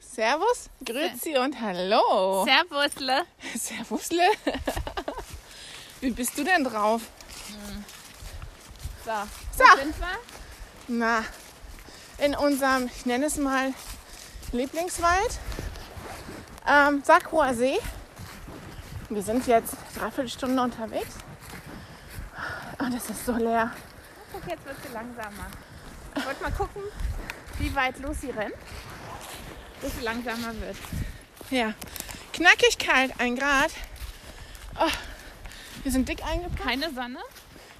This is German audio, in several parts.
Servus, Grüezi und Hallo. Servusle. Servusle. Wie bist du denn drauf? So, So. wo sind wir? Na, in unserem, ich nenne es mal Lieblingswald, ähm, Sakroer See. Wir sind jetzt dreiviertel Stunde unterwegs. Und es ist so leer. Guck, jetzt wird sie langsamer. Ich wollte mal gucken, wie weit Lucy rennt, dass sie langsamer wird. Ja, knackig kalt, ein Grad. Oh, wir sind dick eingepackt, Keine Sonne,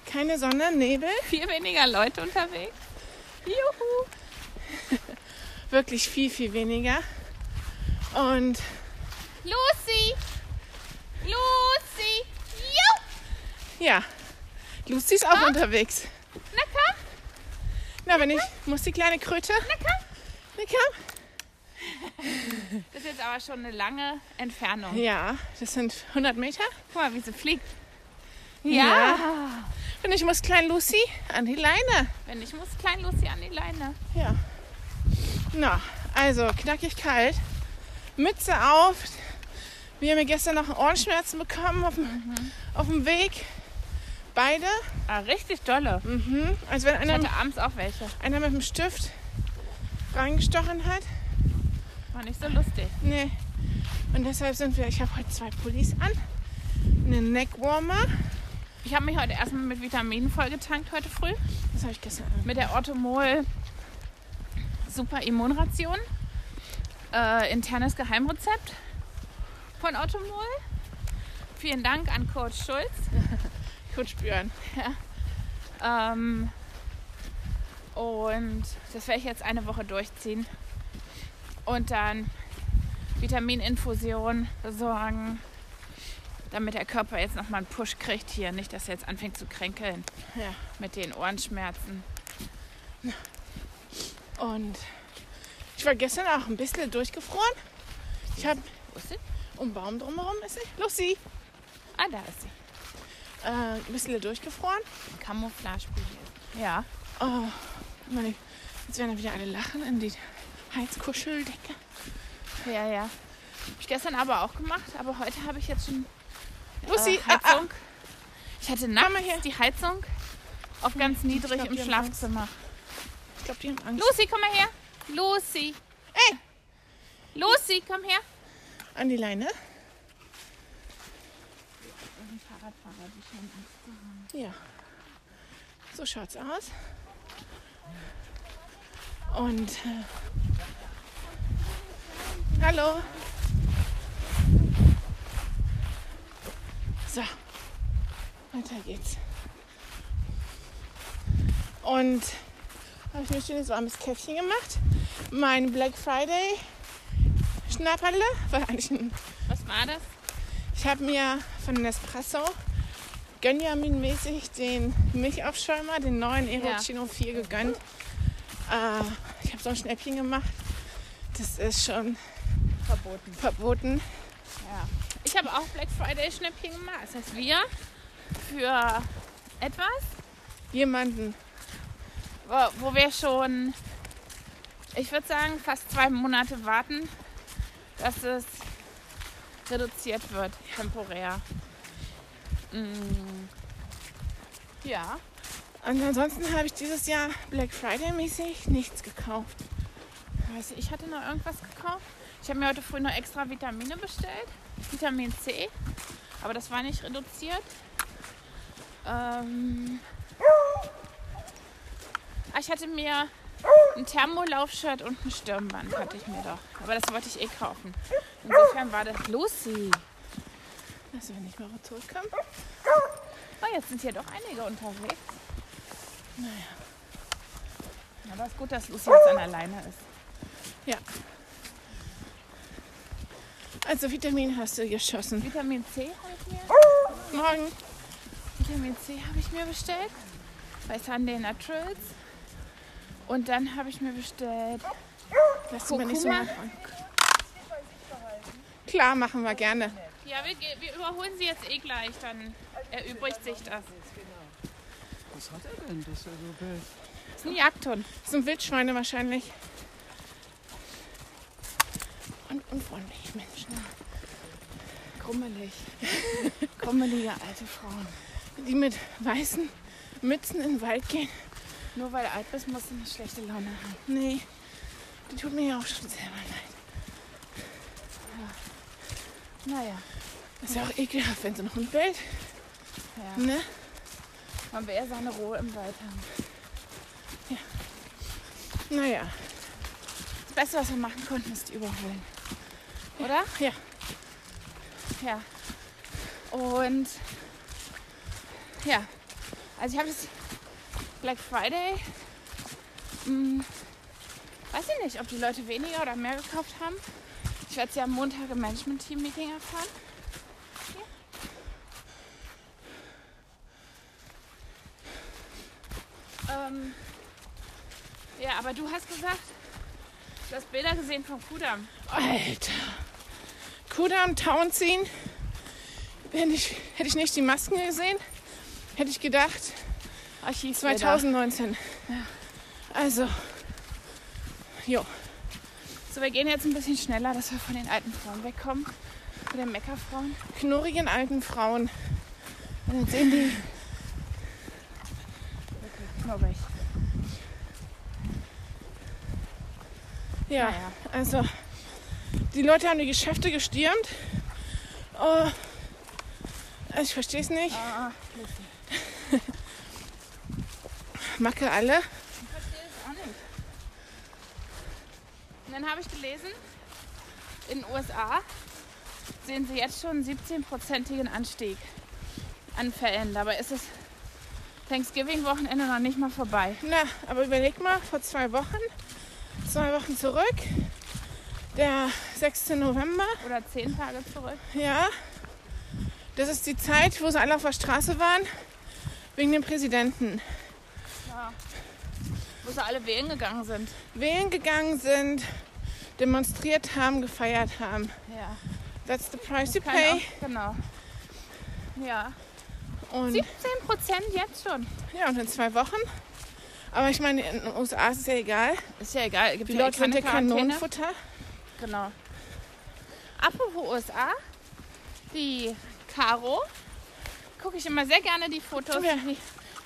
keine Sonne, Nebel. viel weniger Leute unterwegs. Juhu. Wirklich viel, viel weniger. Und Lucy! Lucy! Juhu. ja, Lucy ist auch unterwegs. Na komm, Na, wenn ich, muss die kleine Kröte. na komm. Na komm. Das ist jetzt aber schon eine lange Entfernung. Ja, das sind 100 Meter. Guck mal, wie sie fliegt. Und ich muss klein Lucy an die Leine. Wenn ich muss, klein Lucy an die Leine. Ja. Na, also knackig kalt. Mütze auf. Wir haben ja gestern noch Ohrenschmerzen bekommen auf dem, Mhm. auf dem Weg. Beide. Ah, richtig dolle. Mhm. Als wenn Ich einer, hatte abends auch welche. einer mit dem Stift reingestochen hat. War nicht so lustig. Nee. Und deshalb sind wir, ich habe heute zwei Pullis an. Einen Neckwarmer. Ich habe mich heute erstmal mit Vitaminen vollgetankt heute früh. Das habe ich gestern an. Mit der Orthomol Super Immunration. Äh, internes Geheimrezept von Orthomol. Vielen Dank an Coach Schulz. Gut spüren. Ähm, und das werde ich jetzt eine Woche durchziehen. Und dann Vitamininfusion besorgen, damit der Körper jetzt nochmal einen Push kriegt hier. Nicht, dass er jetzt anfängt zu kränkeln Ja. mit den Ohrenschmerzen. Und ich war gestern auch ein bisschen durchgefroren. Ich habe Wo ist sie? um den Baum drumherum ist sie. Lucy. Ah, da ist sie. Äh, ein bisschen durchgefroren. camouflage Ja. Oh, meine, jetzt werden wieder alle lachen in die Heizkuscheldecke. Ja, ja. Habe ich gestern aber auch gemacht, aber heute habe ich jetzt schon Lucy, äh, ah, ah, Heizung. Ich hatte mal her. nachts die Heizung auf ganz niedrig glaub, die im haben Schlafzimmer. ich glaube, die haben Angst. Lucy, komm mal her. Lucy. Ey. Lucy, komm her. An die Leine. Ja. So schaut's aus. Und äh, hallo. So, weiter geht's. Und habe ich mir ein schönes warmes Käffchen gemacht. Mein Black Friday Schnapperle, war eigentlich ein Was war das? ich habe mir von Nespresso Gönjamin-mäßig den Milchaufschäumer, den neuen Erocino 4 gegönnt. Äh, ich habe so ein Schnäppchen gemacht. Das ist schon Verboten. verboten. Ja. Ich habe auch Black Friday Schnäppchen gemacht. Das heißt, wir für etwas, Jemanden. wo, wo wir schon, ich würde sagen, fast zwei Monate warten, dass es reduziert wird, temporär. Mm. Ja. Und ansonsten habe ich dieses Jahr Black Friday-mäßig nichts gekauft. Weiß ich, ich hatte noch irgendwas gekauft. Ich habe mir heute früh noch extra Vitamine bestellt. Vitamin C. Aber das war nicht reduziert. Ähm ah, ich hatte mir ein Thermolaufshirt und ein Stirnband hatte ich mir doch. Aber das wollte ich eh kaufen. Insofern war das Lucy. Also wenn ich mal zurückkomme. Oh, jetzt sind hier doch einige unterwegs. Naja. Aber es ist gut, dass Lucy jetzt an alleine ist. Also Vitamin hast du geschossen. Vitamin C habe ich mir Morgen. Vitamin C habe ich mir bestellt bei Sunday Naturals. Und dann habe ich mir bestellt Lass du mir nicht so Kurkuma? mal Klar, machen wir gerne. Ja, wir, ge- wir überholen sie jetzt eh gleich, dann erübrigt sich das. Was hat er denn? Das ist ja so wild. Das ist ein Jagdhund. Das sind Wildschweine wahrscheinlich. und unfreundliche Menschen, Krummelig. Krummelige alte Frauen. die mit weißen Mützen in den Wald gehen. Nur weil du alt bist, musst du eine schlechte Laune haben. Nee, die tut mir ja auch schon selber leid. Naja, Das ist ja auch ekelhaft, wenn sie noch ein Bild, ja. ne? man will ja seine Ruhe im Wald haben. Naja, Das Beste, was wir machen konnten, ist die überholen. Oder? Ja. Ja. Und ja, also ich habe jetzt Black Friday. Hm, weiß ich nicht, ob die Leute weniger oder mehr gekauft haben. Ich werde ja am Montag im Management-Team-Meeting erfahren. Ja. Ähm, ja, aber du hast gesagt, Du hast Bilder gesehen von Kudam. Alter. Kudamm, Townsend. Wenn ich, hätte ich nicht die Masken gesehen, hätte ich gedacht, Archiv 2019. Also, So, wir gehen jetzt ein bisschen schneller, dass wir von den alten Frauen wegkommen. Von den Meckerfrauen. knurrigen alten Frauen. Und dann sehen die, Wirklich knurrig. ja, Naja. also, die Leute haben die Geschäfte gestürmt. Oh, also ich verstehe es nicht. Ah, Macke alle. ich verstehe es auch nicht. Und dann habe ich gelesen, in den USA sehen sie jetzt schon einen 17-prozentigen Anstieg an Fällen. Dabei ist es Thanksgiving-Wochenende noch nicht mal vorbei. Na, aber überleg mal, vor zwei Wochen, zwei Wochen zurück, der 6. November, Oder zehn Tage zurück. Ja, das ist die Zeit, wo sie alle auf der Straße waren, wegen dem Präsidenten. Ja. Wo sie alle wählen gegangen sind. Wählen gegangen sind, demonstriert haben, gefeiert haben. Ja. That's the price you Kann pay. auch- Genau. Ja. Und, 17 Prozent jetzt schon. ja, und in zwei Wochen. Aber ich meine, in den USA ist es ja egal. Ist ja egal. Gibt Die Leute sind ja Kanonenfutter. Genau. Apropos USA, die Caro, gucke ich immer sehr gerne die Fotos. Ja. Die,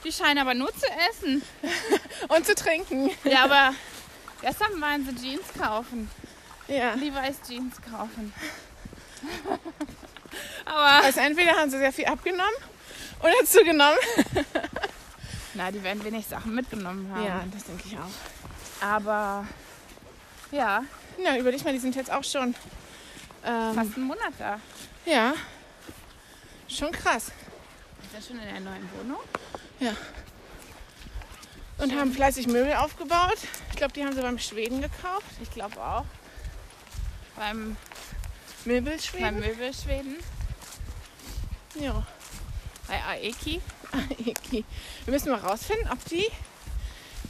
die scheinen aber nur zu essen. Und zu trinken. Ja, aber gestern waren sie Jeans kaufen. Ja. Levi's Jeans kaufen. aber. Also entweder haben sie sehr viel abgenommen oder zugenommen. Na, die werden wenig Sachen mitgenommen haben. Ja, das denke ich auch. Aber. Ja, Na, überleg mal, die sind jetzt auch schon. Ähm, fast einen Monat da. ja. Schon krass. Ist ja schon in der neuen Wohnung. Und haben fleißig Möbel aufgebaut. Ich glaube, die haben sie beim Schweden gekauft. Ich glaube auch. Beim, beim Möbelschweden? Möbelschweden, Ja. bei Aeki. Okay. Wir müssen mal rausfinden, ob die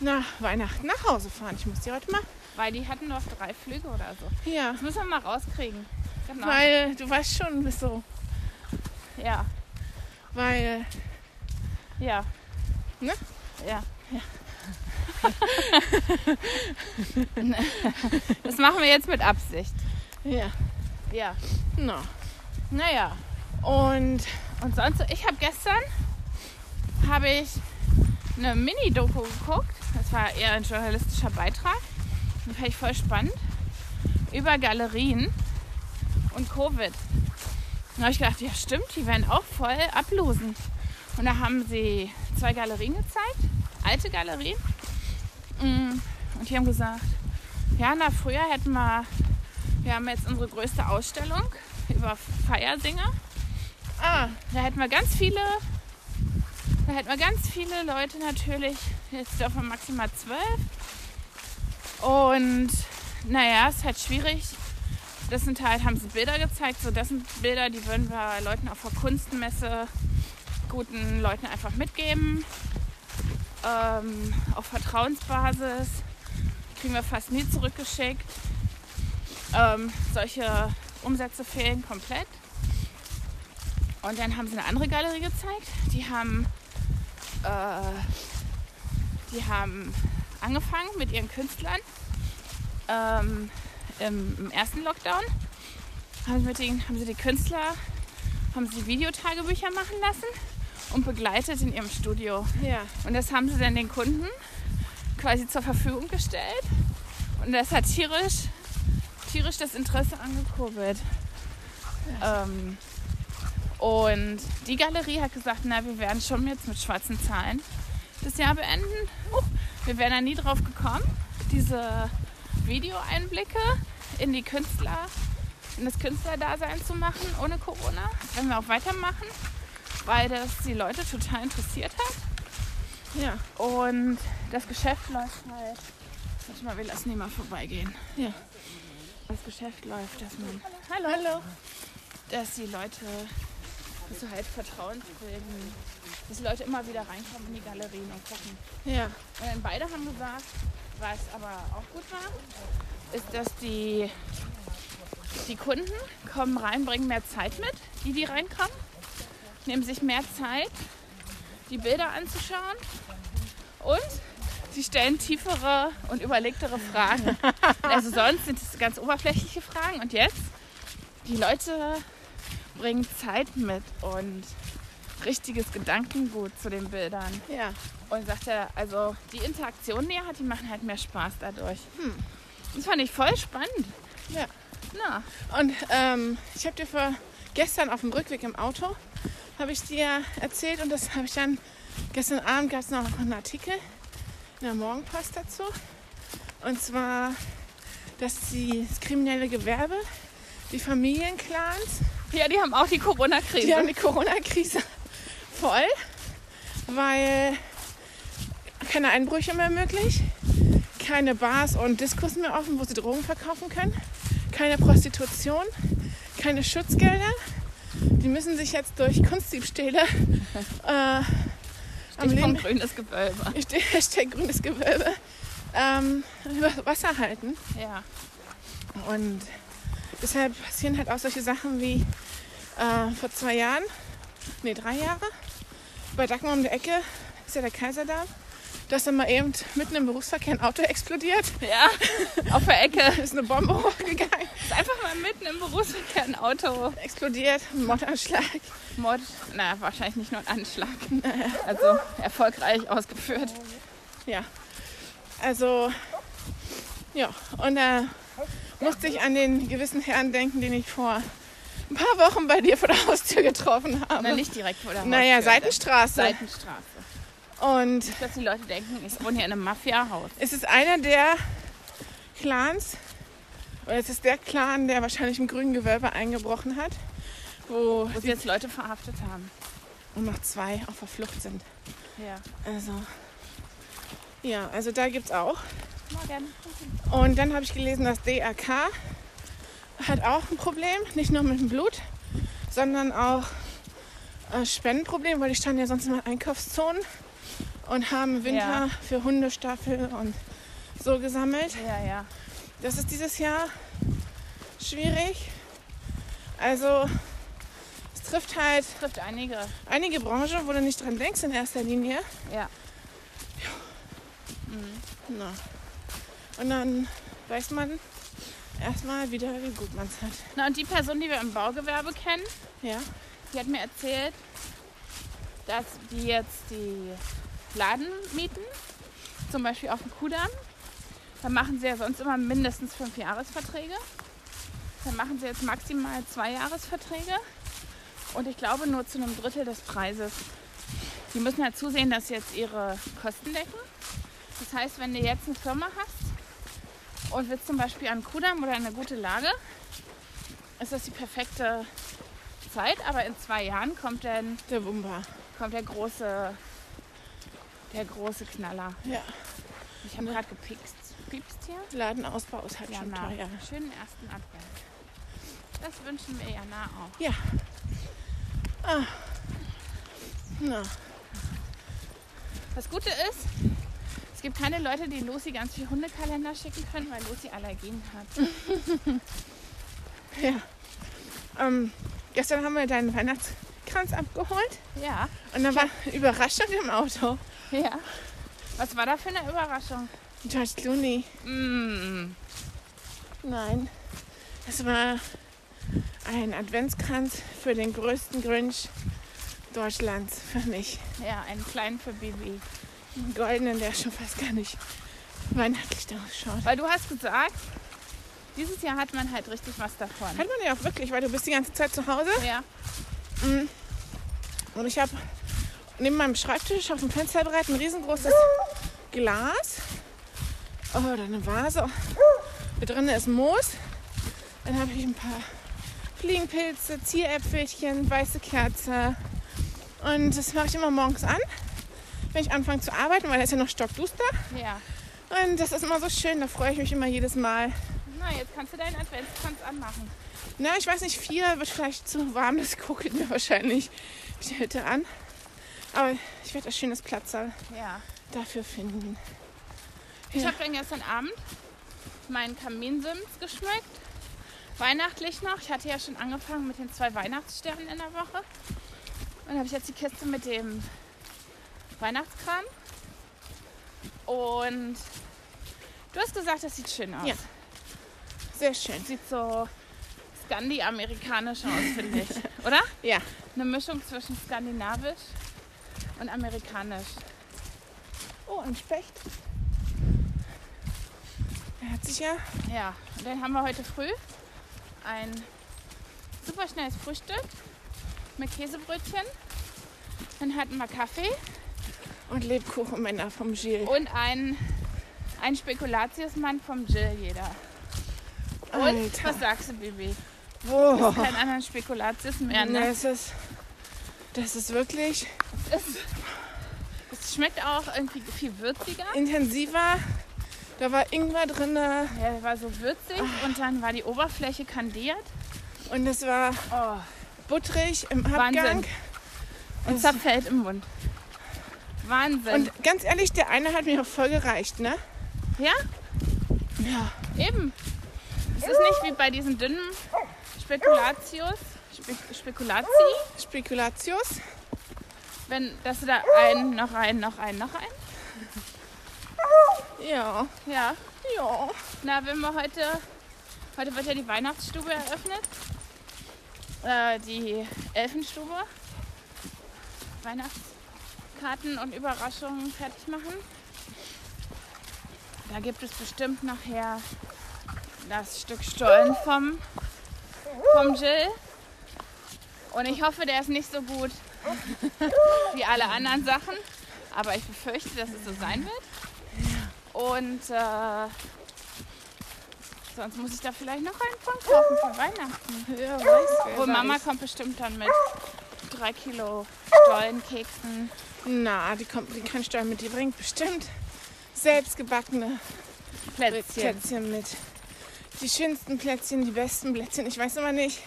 nach Weihnachten nach Hause fahren. Ich muss die heute mal. Weil die hatten noch drei Flüge oder so. Ja. Das müssen wir mal rauskriegen. Genau. Weil du weißt schon, bist so. ja, Weil ja. Ne? Ja. das machen wir jetzt mit Absicht. ja. Ja. Na. Naja. Und Und sonst, so- ich habe gestern habe ich eine Mini-Doku geguckt. Das war eher ein journalistischer Beitrag. Den fand ich voll spannend. Über Galerien und Covid. Da habe ich gedacht, ja stimmt, die werden auch voll ablosen. Und da haben sie zwei Galerien gezeigt, alte Galerien. Mm, Und die haben gesagt, ja, na früher hätten wir, wir haben jetzt unsere größte Ausstellung über Feiersinger. ah, Da hätten wir ganz viele, da hätten wir ganz viele Leute natürlich. Jetzt dürfen wir maximal zwölf. Und naja, es ist halt schwierig. Das sind halt, haben sie Bilder gezeigt, so das sind Bilder, die würden wir Leuten auf der Kunstmesse, guten Leuten einfach mitgeben. Ähm, auf Vertrauensbasis. Kriegen wir fast nie zurückgeschickt. Ähm, solche Umsätze fehlen komplett. Und dann haben sie eine andere Galerie gezeigt. Die haben, äh, die haben angefangen mit ihren Künstlern ähm, im, im ersten Lockdown haben sie, mit den, haben sie die Künstler, haben sie Videotagebücher machen lassen und begleitet in ihrem Studio. Ja. Und das haben sie dann den Kunden quasi zur Verfügung gestellt. Und das hat tierisch, tierisch das Interesse angekurbelt. Ähm, und die Galerie hat gesagt, na, wir werden schon jetzt mit schwarzen Zahlen das Jahr beenden. Uh, wir wären da nie drauf gekommen, diese Videoeinblicke in die Künstler, in das Künstlerdasein zu machen ohne Corona. Das werden wir auch weitermachen, weil das die Leute total interessiert hat. Ja. Und das Geschäft läuft halt. Warte mal, wir lassen die mal vorbeigehen. Ja. Das Geschäft läuft, dass man. Hallo. Hallo. Dass die Leute. Dass du halt Vertrauen bilden. Dass die Leute immer wieder reinkommen in die Galerien und gucken. Ja. Und dann beide haben gesagt, was aber auch gut war, ist, dass die, die Kunden kommen rein, bringen mehr Zeit mit, die, die reinkommen, nehmen sich mehr Zeit, die Bilder anzuschauen und sie stellen tiefere und überlegtere Fragen. Also sonst sind es ganz oberflächliche Fragen und jetzt, die Leute bringen Zeit mit und richtiges Gedankengut zu den Bildern. Ja. Und sagte, also die Interaktion, die er hat, die machen halt mehr Spaß dadurch. Das fand ich voll spannend. Ja. Na, Und ähm, ich habe dir vor gestern auf dem Rückweg im Auto habe ich dir erzählt und das habe ich dann gestern Abend gab es noch einen Artikel in der Morgenpost dazu und zwar, dass die, das kriminelle Gewerbe, die Familienclans, ja, die haben auch die die haben Corona-Krise. die Corona-Krise voll, weil keine Einbrüche mehr möglich, keine Bars und Diskos mehr offen, wo sie Drogen verkaufen können, keine Prostitution, keine Schutzgelder. Die müssen sich jetzt durch Kunstdiebstähle äh, am Vom Leben grünes Gewölbe. Hashtag grünes Gewölbe ähm, über Wasser halten. Ja. Und deshalb passieren halt auch solche Sachen wie äh, vor zwei Jahren, nee, drei Jahre, bei Dagmar um die Ecke, ist ja der Kaiserdamm, dass dann mal eben mitten im Berufsverkehr ein Auto explodiert, Ja, auf der Ecke. ist eine Bombe hochgegangen, Ist einfach mal mitten im Berufsverkehr ein Auto. explodiert, ein Mordanschlag. Mord, na, wahrscheinlich nicht nur ein Anschlag. Also erfolgreich ausgeführt. Ja, also, ja, und da musste ich an den gewissen Herrn denken, den ich vor ein paar Wochen bei dir vor der Haustür getroffen habe. Na, nicht direkt vor der Haustür. naja, Seitenstraße. Seitenstraße. Und Nicht, dass die Leute denken, ich wohne hier in einem Mafia-Haus. Es ist einer der Clans, oder es ist der Clan, der wahrscheinlich im grünen Gewölbe eingebrochen hat, wo Wo sie jetzt Leute verhaftet haben. und noch zwei auf der Flucht sind. Ja. Also, ja, also da gibt's auch. Morgen. Und dann habe ich gelesen, dass DRK hat auch ein Problem, nicht nur mit dem Blut, sondern auch äh, Spendenproblem, weil die standen ja sonst immer in Einkaufszonen und haben im Winter Ja. für Hundestaffel und so gesammelt. Ja, ja. Das ist dieses Jahr schwierig. Also es trifft halt Trifft einige. einige Branchen, wo du nicht dran denkst in erster Linie. Ja. Na. Und dann weiß man erstmal wieder, wie gut man es hat. Na und die Person, die wir im Baugewerbe kennen, Ja, die hat mir erzählt, dass die jetzt die Laden mieten, zum Beispiel auf dem Kudamm. Da machen sie ja sonst immer mindestens fünf Jahresverträge. Dann machen sie jetzt maximal zwei Jahresverträge und ich glaube nur zu einem Drittel des Preises. Die müssen halt zusehen, dass sie jetzt ihre Kosten decken. Das heißt, wenn du jetzt eine Firma hast und willst zum Beispiel an Kudamm oder eine gute Lage, ist das die perfekte Zeit, aber in zwei Jahren kommt dann der Bumba. kommt der große, der große Knaller. Ja, Ich habe gerade gepikst. Piepst hier? Ladenausbau ist halt schon Jana. teuer. Schönen ersten Advent. Das wünschen wir Jana auch. Na, Das Gute ist, es gibt keine Leute, die Lucy ganz viel Hundekalender schicken können, weil Lucy Allergien hat. ja. Ähm, gestern haben wir deinen Weihnachtskranz abgeholt Ja, und dann war Überraschung im Auto. ja. Was war da für eine Überraschung? George Clooney. Mm. Nein, es war ein Adventskranz für den größten Grinch Deutschlands für mich. Ja, einen kleinen für Bibi. Einen goldenen, der schon fast gar nicht weihnachtlich ausschaut. Weil du hast gesagt, dieses Jahr hat man halt richtig was davon. Hat man ja auch wirklich, weil du bist die ganze Zeit zu Hause Ja, und ich habe neben meinem Schreibtisch auf dem Fensterbrett ein riesengroßes Glas oder eine Vase. Da drin ist Moos. Dann habe ich ein paar Fliegenpilze, Zieräpfelchen, weiße Kerze. Und das mache ich immer morgens an, wenn ich anfange zu arbeiten, weil es ist ja noch stockduster. ja. Und das ist immer so schön, da freue ich mich immer jedes Mal. Na, jetzt kannst du deinen Adventskranz anmachen. Na, ich weiß nicht, vier wird vielleicht zu warm, das guckelt mir wahrscheinlich die Hütte an. Aber ich werde ein schönes Platzerl Ja. dafür finden. Ich Ja. habe dann gestern Abend meinen Kaminsims geschmückt. Weihnachtlich noch. Ich hatte ja schon angefangen mit den zwei Weihnachtssternen in der Woche. Und dann habe ich jetzt die Kiste mit dem Weihnachtskram. Und du hast gesagt, das sieht schön aus. Ja. Sehr schön. Sieht so skandi-amerikanisch aus, finde ich. Oder? Ja, Eine Mischung zwischen skandinavisch und amerikanisch. Oh, ein Specht. Der hat sich ja. Ja, und dann haben wir heute früh ein super schnelles Frühstück mit Käsebrötchen. Dann hatten wir Kaffee Und Lebkuchenmänner vom Gilles. und ein, ein Spekulatiusmann vom Jill jeder. Oh, Und Alter. was sagst du, Bibi? Boah. Keinen anderen Spekulatius mehr, Na, ne? Das ist, das ist wirklich Es schmeckt auch irgendwie viel würziger. intensiver. Da war Ingwer drin Ja, der war so würzig und dann war die Oberfläche kandiert. und es war Oh, butterig im Wahnsinn. Abgang. und Das- zerfällt im Mund. Wahnsinn. Und ganz ehrlich, der eine hat mir auch voll gereicht, ne? ja? Ja. Eben. Es ist nicht wie bei diesen dünnen Spekulatius, Spe Spekulati, Spekulatius. wenn, dass du da einen, noch einen, noch einen, noch einen. Ja. Ja. Ja. Na, wenn wir heute, heute wird ja die Weihnachtsstube eröffnet. Äh, die Elfenstube. Weihnachtskarten und Überraschungen fertig machen. Da gibt es bestimmt nachher das Stück Stollen vom, vom Jill. Und ich hoffe, der ist nicht so gut wie alle anderen Sachen. Aber ich befürchte, dass es so sein wird. Und äh, Sonst muss ich da vielleicht noch einen Pfund kaufen für Weihnachten. Ja, weiß wer Obwohl weiß. Mama kommt bestimmt dann mit drei Kilo Stollenkeksen. Na, die, kommt, die kann Steuern mit. Die bringt bestimmt selbstgebackene Plätzchen. Plätzchen mit. Die schönsten Plätzchen, die besten Plätzchen. Ich weiß immer nicht,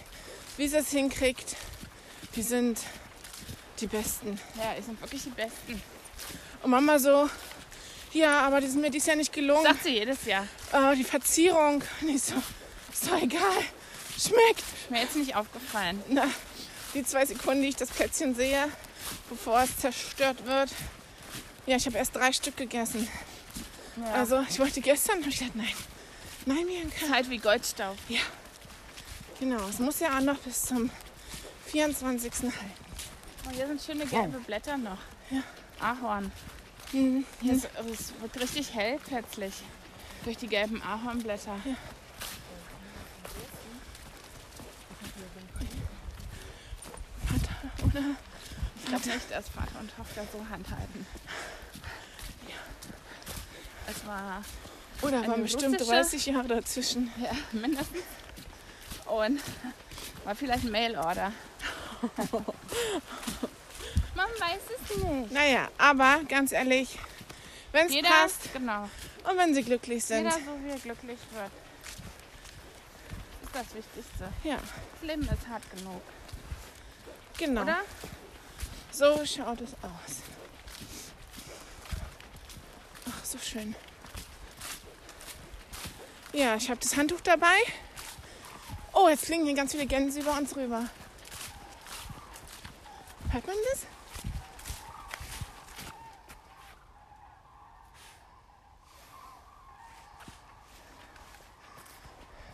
wie sie es hinkriegt. Die sind die besten. Ja, die sind wirklich die besten. Und Mama so, ja, aber die sind mir dies Jahr nicht gelungen. Sagt sie jedes Jahr. Äh, die Verzierung. Und ich so, ist doch egal. Schmeckt. Ist mir jetzt nicht aufgefallen. Na, die zwei Sekunden, die ich das Plätzchen sehe, bevor es zerstört wird. Ja, ich habe erst drei Stück gegessen. Ja. Also ich wollte gestern, habe ich gesagt, nein. Nein, Bianca. ist halt wie Goldstaub. Genau, es muss ja auch noch bis zum 24. halten. Und Oh, hier sind Oh. schöne gelbe Blätter noch. Ahorn. Mhm. Hier ist, es wird richtig hell plötzlich. Durch die gelben Ahornblätter. Vater, oder? Ich glaube nicht, dass Vater und Tochter so handhalten. Es war Oder waren Eine bestimmt russische? 30 Jahre dazwischen. Ja, mindestens. Und war vielleicht ein Mailorder. Man weiß es nicht. Naja, aber ganz ehrlich, wenn es Jeder, passt genau, und wenn sie glücklich sind. jeder so wie er glücklich wird. Ist das Wichtigste. Ja, Das Leben ist hart genug, genau. oder? So schaut es aus. Ach, so schön. Ja, ich habe das Handtuch dabei. Oh, jetzt fliegen hier ganz viele Gänse über uns rüber. Hört man das?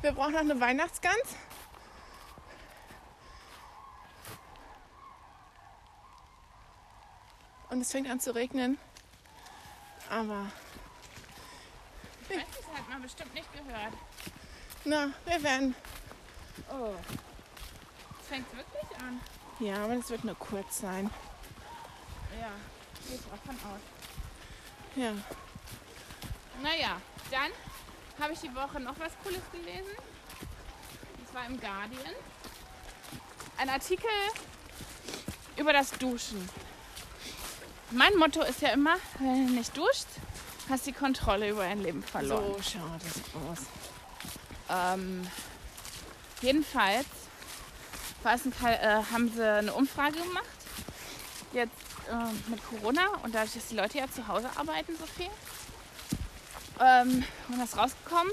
Wir brauchen noch eine Weihnachtsgans. Und es fängt an zu regnen. Aber Ich weiß nicht, das hat man bestimmt nicht gehört. na, wir werden. Oh. Es fängt wirklich an. Ja, aber das wird nur kurz sein. Ja, gehe ich auch von aus. Ja. Naja, dann habe ich die Woche noch was Cooles gelesen. Das war im Guardian. Ein Artikel über das Duschen. Mein Motto ist ja immer, wenn du nicht duscht, hast du die Kontrolle über dein Leben So verloren. schaut es aus. Ähm, jedenfalls war es ein, Kal- äh, haben sie eine Umfrage gemacht. Jetzt äh, mit Corona und dadurch, dass die Leute ja zu Hause arbeiten so viel. Ähm, und das rausgekommen,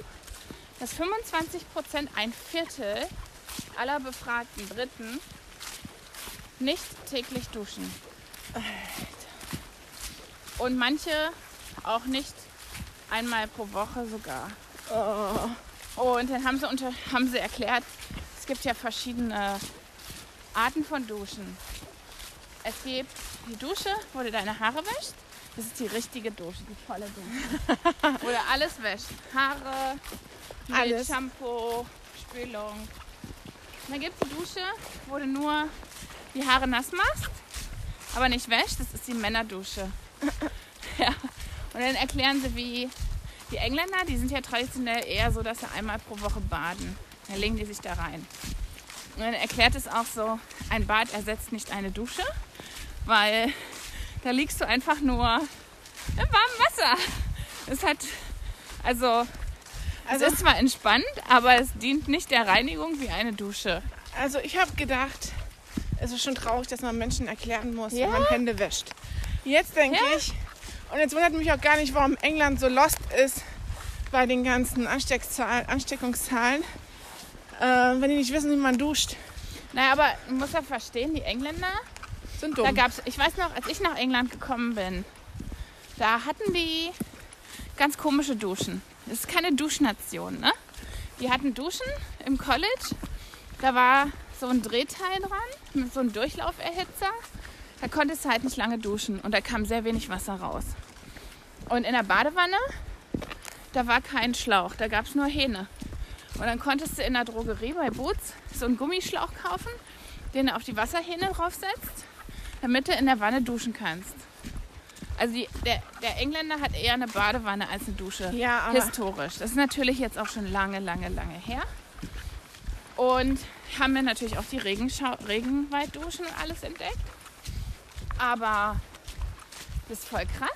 dass 25 Prozent, ein Viertel aller befragten Briten nicht täglich duschen. Und manche auch nicht einmal pro Woche sogar. Oh. Und dann haben sie, unter, haben sie erklärt, es gibt ja verschiedene Arten von Duschen. Es gibt die Dusche, wo du deine Haare wäschst. Das ist die richtige Dusche, die volle Dusche. wo du alles wäscht. Haare, Mehl, Alles. Shampoo, Spülung. Dann gibt es die Dusche, wo du nur die Haare nass machst, aber nicht wäscht. Das ist die Männerdusche. ja. Und dann erklären sie, wie die Engländer, die sind ja traditionell eher so, dass sie einmal pro Woche baden. Dann legen die sich da rein. Und dann erklärt es auch so, ein Bad ersetzt nicht eine Dusche, weil da liegst du einfach nur im warmen Wasser. Es hat, also, Also, es ist zwar entspannt, aber es dient nicht der Reinigung wie eine Dusche. also ich habe gedacht, es ist schon traurig, dass man Menschen erklären muss, Ja. wie man Hände wäscht. Jetzt denke Ja. ich, und jetzt wundert mich auch gar nicht, warum England so lost ist bei den ganzen Ansteckzahl, Ansteckungszahlen, äh, wenn die nicht wissen, wie man duscht. Naja, aber man muss ja verstehen, die Engländer, Sind da dumm. gab's, ich weiß noch, als ich nach England gekommen bin, da hatten die ganz komische Duschen. Das ist keine Duschnation, ne? Die hatten Duschen im College. Da war so ein Drehteil dran, mit so einem Durchlauferhitzer. Da konntest du halt nicht lange duschen und da kam sehr wenig Wasser raus. Und in der Badewanne, da war kein Schlauch, da gab es nur Hähne. Und dann konntest du in der Drogerie bei Boots so einen Gummischlauch kaufen, den du auf die Wasserhähne draufsetzt, damit du in der Wanne duschen kannst. Also die, der, der Engländer hat eher eine Badewanne als eine Dusche. Ja, aber- Historisch. Das ist natürlich jetzt auch schon lange, lange, lange her. Und haben wir natürlich auch die Regenschau- Regenweitduschen und alles entdeckt. Aber das ist voll krass.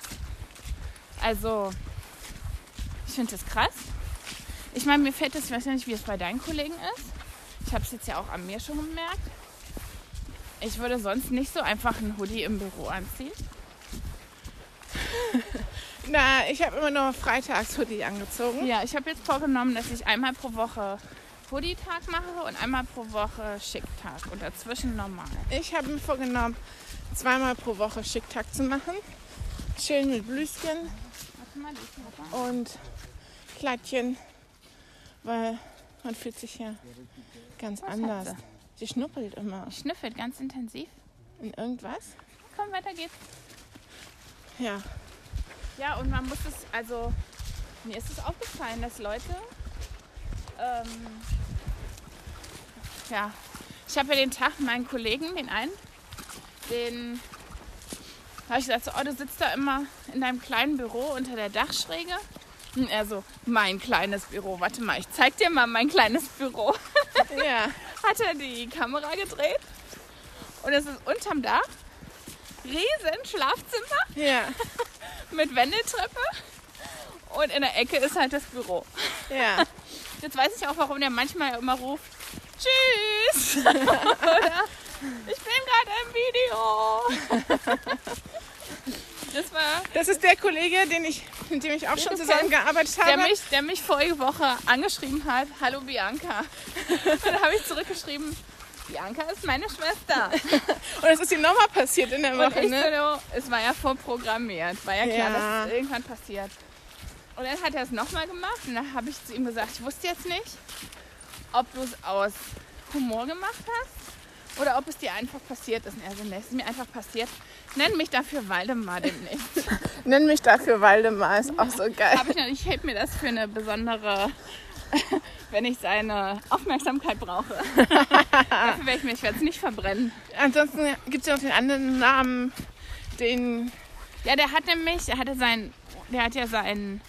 Also, ich finde das krass. Ich meine, mir fällt das, ich weiß ja nicht, wie es bei deinen Kollegen ist. Ich habe es jetzt ja auch an mir schon gemerkt. Ich würde sonst nicht so einfach einen Hoodie im Büro anziehen. Na, ich habe immer nur Freitags-Hoodie angezogen. Ja, ich habe jetzt vorgenommen, dass ich einmal pro Woche Hoodie-Tag mache und einmal pro Woche Schick-Tag und dazwischen normal. Ich habe mir vorgenommen, zweimal pro Woche Schicktag zu machen. Chillen mit Blüschen Warte mal, die ist noch da. und Kleidchen, weil man fühlt sich ja ganz Was anders. hat Sie schnuppelt immer Schnüffelt ganz intensiv. in irgendwas. Komm, weiter geht's. Ja, Ja, und man muss es, also mir ist es aufgefallen, dass Leute, ähm, ja, ich habe ja den Tag meinen Kollegen, den einen, den habe ich gesagt, so, oh, du sitzt da immer in deinem kleinen Büro unter der Dachschräge. Und er so, mein kleines Büro, warte mal, ich zeig dir mal mein kleines Büro ja, hat er die Kamera gedreht und es ist unterm Dach. Riesen Schlafzimmer ja, mit Wendeltreppe und in der Ecke ist halt das Büro. ja. Jetzt weiß ich auch, warum der manchmal immer ruft, tschüss! Oder, ich bin gerade im Video! Das war, Das ist der Kollege, den ich, mit dem ich auch schon du zusammengearbeitet der habe. mich, der mich vorige Woche angeschrieben hat, hallo Bianca. Und dann habe ich zurückgeschrieben, Bianca ist meine Schwester. Und das ist ihm nochmal passiert in der Und Woche, ich ne? so, es war ja vorprogrammiert. War ja klar, Ja. dass es irgendwann passiert. Und dann hat er es nochmal gemacht und dann habe ich zu ihm gesagt, ich wusste jetzt nicht. ob du es aus Humor gemacht hast oder ob es dir einfach passiert ist. Und er so, nee, es ist mir einfach passiert. Nenn mich dafür Waldemar demnächst. Nenn mich dafür Waldemar, ist auch so geil. Hab ich noch nicht, ich heb mir das für eine besondere, wenn ich seine Aufmerksamkeit brauche. dafür werde ich mich jetzt nicht verbrennen. Ansonsten gibt es ja noch den anderen Namen, den Ja, der hat nämlich, der hatte sein, der hat ja seinen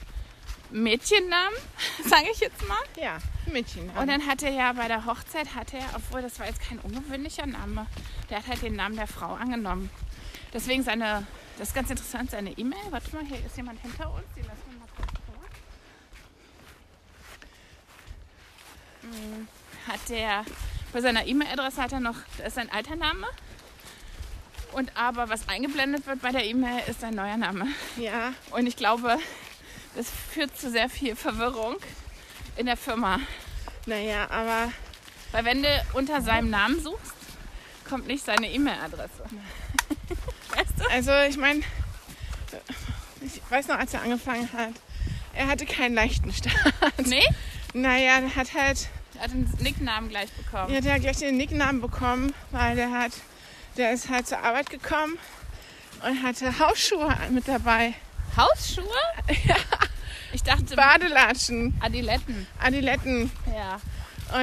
Mädchennamen, sage ich jetzt mal. ja, Mädchen. Und dann hat er ja bei der Hochzeit, hat er, obwohl das war jetzt kein ungewöhnlicher Name, der hat halt den Namen der Frau angenommen. Deswegen seine, das ist ganz interessant, seine E-Mail. Warte mal, hier ist jemand hinter uns, den lassen wir mal kurz vor. Hm, Hat der, bei seiner E-Mail-Adresse hat er noch, da ist sein alter Name. Und aber was eingeblendet wird bei der E-Mail, ist sein neuer Name. ja, Und ich glaube, das führt zu sehr viel Verwirrung in der Firma. naja, aber Weil wenn du unter seinem Namen suchst, kommt nicht seine E-Mail-Adresse. Weißt du? Also ich meine, ich weiß noch, als er angefangen hat, er hatte keinen leichten Start. Nee? Naja, der hat halt, Er hat einen Nicknamen gleich bekommen. er hat ja gleich den Nicknamen bekommen, weil der hat, der ist halt zur Arbeit gekommen und hatte Hausschuhe mit dabei, Hausschuhe? Ja. Ich dachte Badelatschen, Adiletten. Adiletten Ja.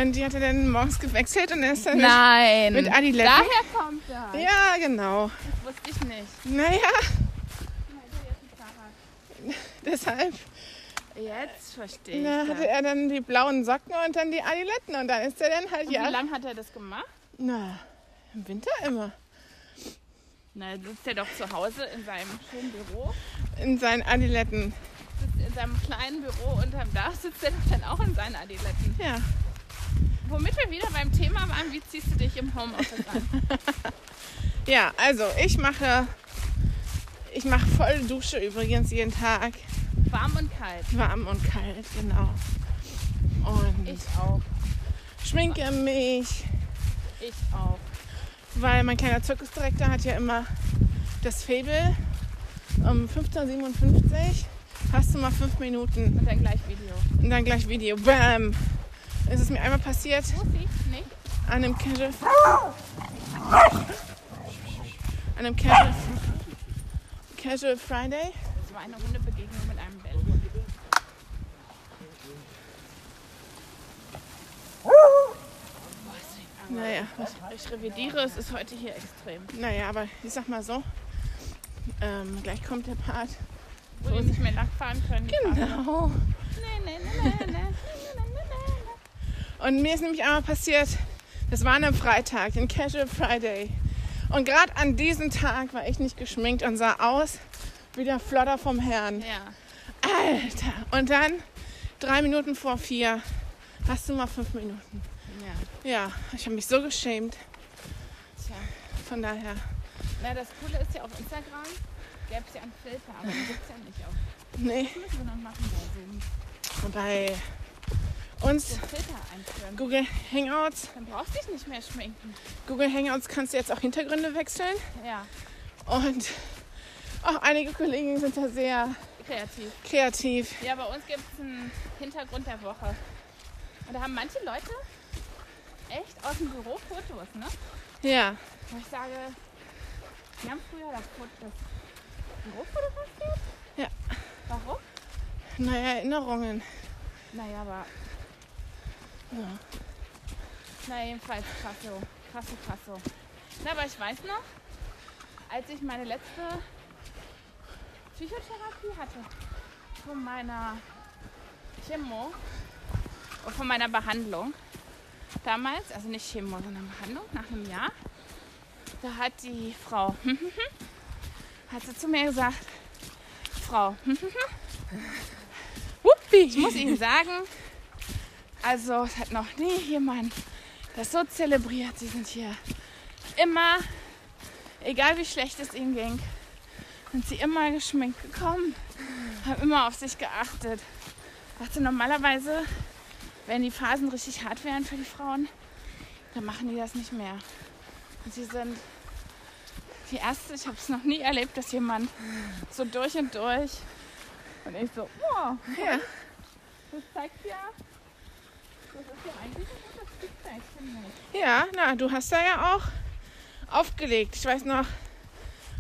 und die hat er dann morgens gewechselt und er ist dann Nein. mit Adiletten? Daher kommt er. mit, ja genau, Das wusste ich nicht. naja, deshalb Jetzt verstehe ich. na, das. hatte er dann die blauen Socken und dann die Adiletten und dann ist er dann halt Und Wie ja lange hat er das gemacht? Na, im Winter immer. Na, sitzt er doch zu Hause in seinem schönen Büro. In seinen Adiletten. Sitzt in seinem kleinen Büro unterm Dach, sitzt er doch dann auch in seinen Adiletten. Ja. Womit wir wieder beim Thema waren, wie ziehst du dich im Homeoffice an? Ja, also ich mache. Ich mache voll Dusche übrigens jeden Tag. Warm und kalt. Warm und kalt, genau. Und Ich auch. schminke mich, Ich auch. weil mein kleiner Zirkusdirektor hat ja immer das Faible. Um 15.57 hast du mal fünf Minuten Und dann gleich Video. und dann gleich Video. Bam! Ist es mir einmal passiert, Muss ich nicht? an einem Casual. An einem Casual, Casual Friday. Das war eine Hundebegegnung mit einem Bellhund. Boah, ist die Angst. Naja, was, Ich revidiere, es ist heute hier extrem. naja, aber ich sag mal so. Ähm, gleich kommt der Part. Wo wir nicht mehr langfahren können. die fahren. Genau. Nee, nee, nee, nee, nee, nee, nee, nee, nee. Und mir ist nämlich einmal passiert, das war an einem Freitag, den Casual Friday. Und gerade an diesem Tag war ich nicht geschminkt und sah aus wie der Flodder vom Herrn. Ja. Alter! Und dann, drei Minuten vor vier, hast du mal fünf Minuten. Ja. Ja, ich habe mich so geschämt. Tja. Von daher. Na, das Coole ist ja auf Instagram gäbe es ja einen Filter, aber den gibt es ja nicht auf. Nee, Das müssen wir noch machen bei Zoom. bei uns Den Filter einführen. Google Hangouts. Dann brauchst du dich nicht mehr schminken. Google Hangouts kannst du jetzt auch Hintergründe wechseln. Ja, Und auch einige Kollegen sind da sehr kreativ. kreativ. Ja, bei uns gibt es einen Hintergrund der Woche. Und da haben manche Leute echt aus dem Büro Fotos, ne? Ja, Wo ich sage, wir haben früher das, Foto, das Bürofoto passiert? Ja. Warum? neue Erinnerungen. Naja, aber. Ja. Na, jedenfalls krass so. Krass, so, krass so. Na, aber ich weiß noch, als ich meine letzte Psychotherapie hatte, von meiner Chemo, äh, von meiner Behandlung damals, also nicht Chemo, sondern Behandlung nach einem Jahr, da hat die Frau, hat sie zu mir gesagt, Frau, ich muss Ihnen sagen, also es hat noch nie jemand das so zelebriert. Sie sind hier immer, egal wie schlecht es Ihnen ging, sind Sie immer geschminkt gekommen, haben immer auf sich geachtet. Also normalerweise, wenn die Phasen richtig hart wären für die Frauen, dann machen die das nicht mehr. Und sie sind die erste, ich habe es noch nie erlebt, dass jemand so durch und durch und ich so, wow, Ja, das zeigt ja, Ja, na, du hast da ja auch aufgelegt. Ich weiß noch,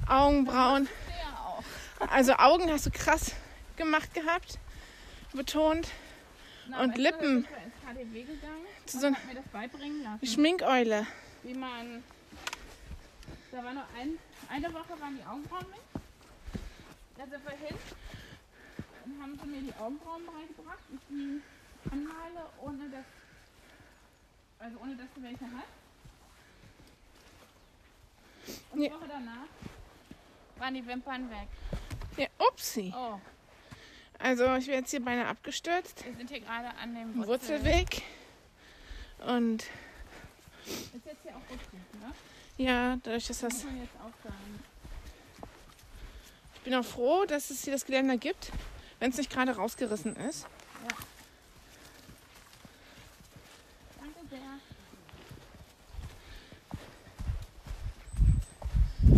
Augenbrauen. Ja, auch. Also Augen hast du krass gemacht gehabt, betont. Na, Und weißt du, Lippen. da sind wir ins KDW gegangen Zu und so einer hat mir das beibringen lassen. Schminkeule. wie man. Da war nur ein, eine Woche waren die Augenbrauen weg. Da sind wir hin und haben sie mir die Augenbrauen beigebracht und die Anmale ohne dass. Also ohne dass du welche hast. Und die Ja. Woche danach waren die Wimpern weg. Ja, upsi. Oh, Also ich wäre jetzt hier beinahe abgestürzt. wir sind hier gerade an dem Im Wurzel. Wurzelweg. Und Ist jetzt hier auch Wurzel, ne? ja, dadurch, dass Das das. muss man jetzt auch sagen. Ich bin auch froh, dass es hier das Geländer gibt, wenn es nicht gerade rausgerissen ist. Danke sehr.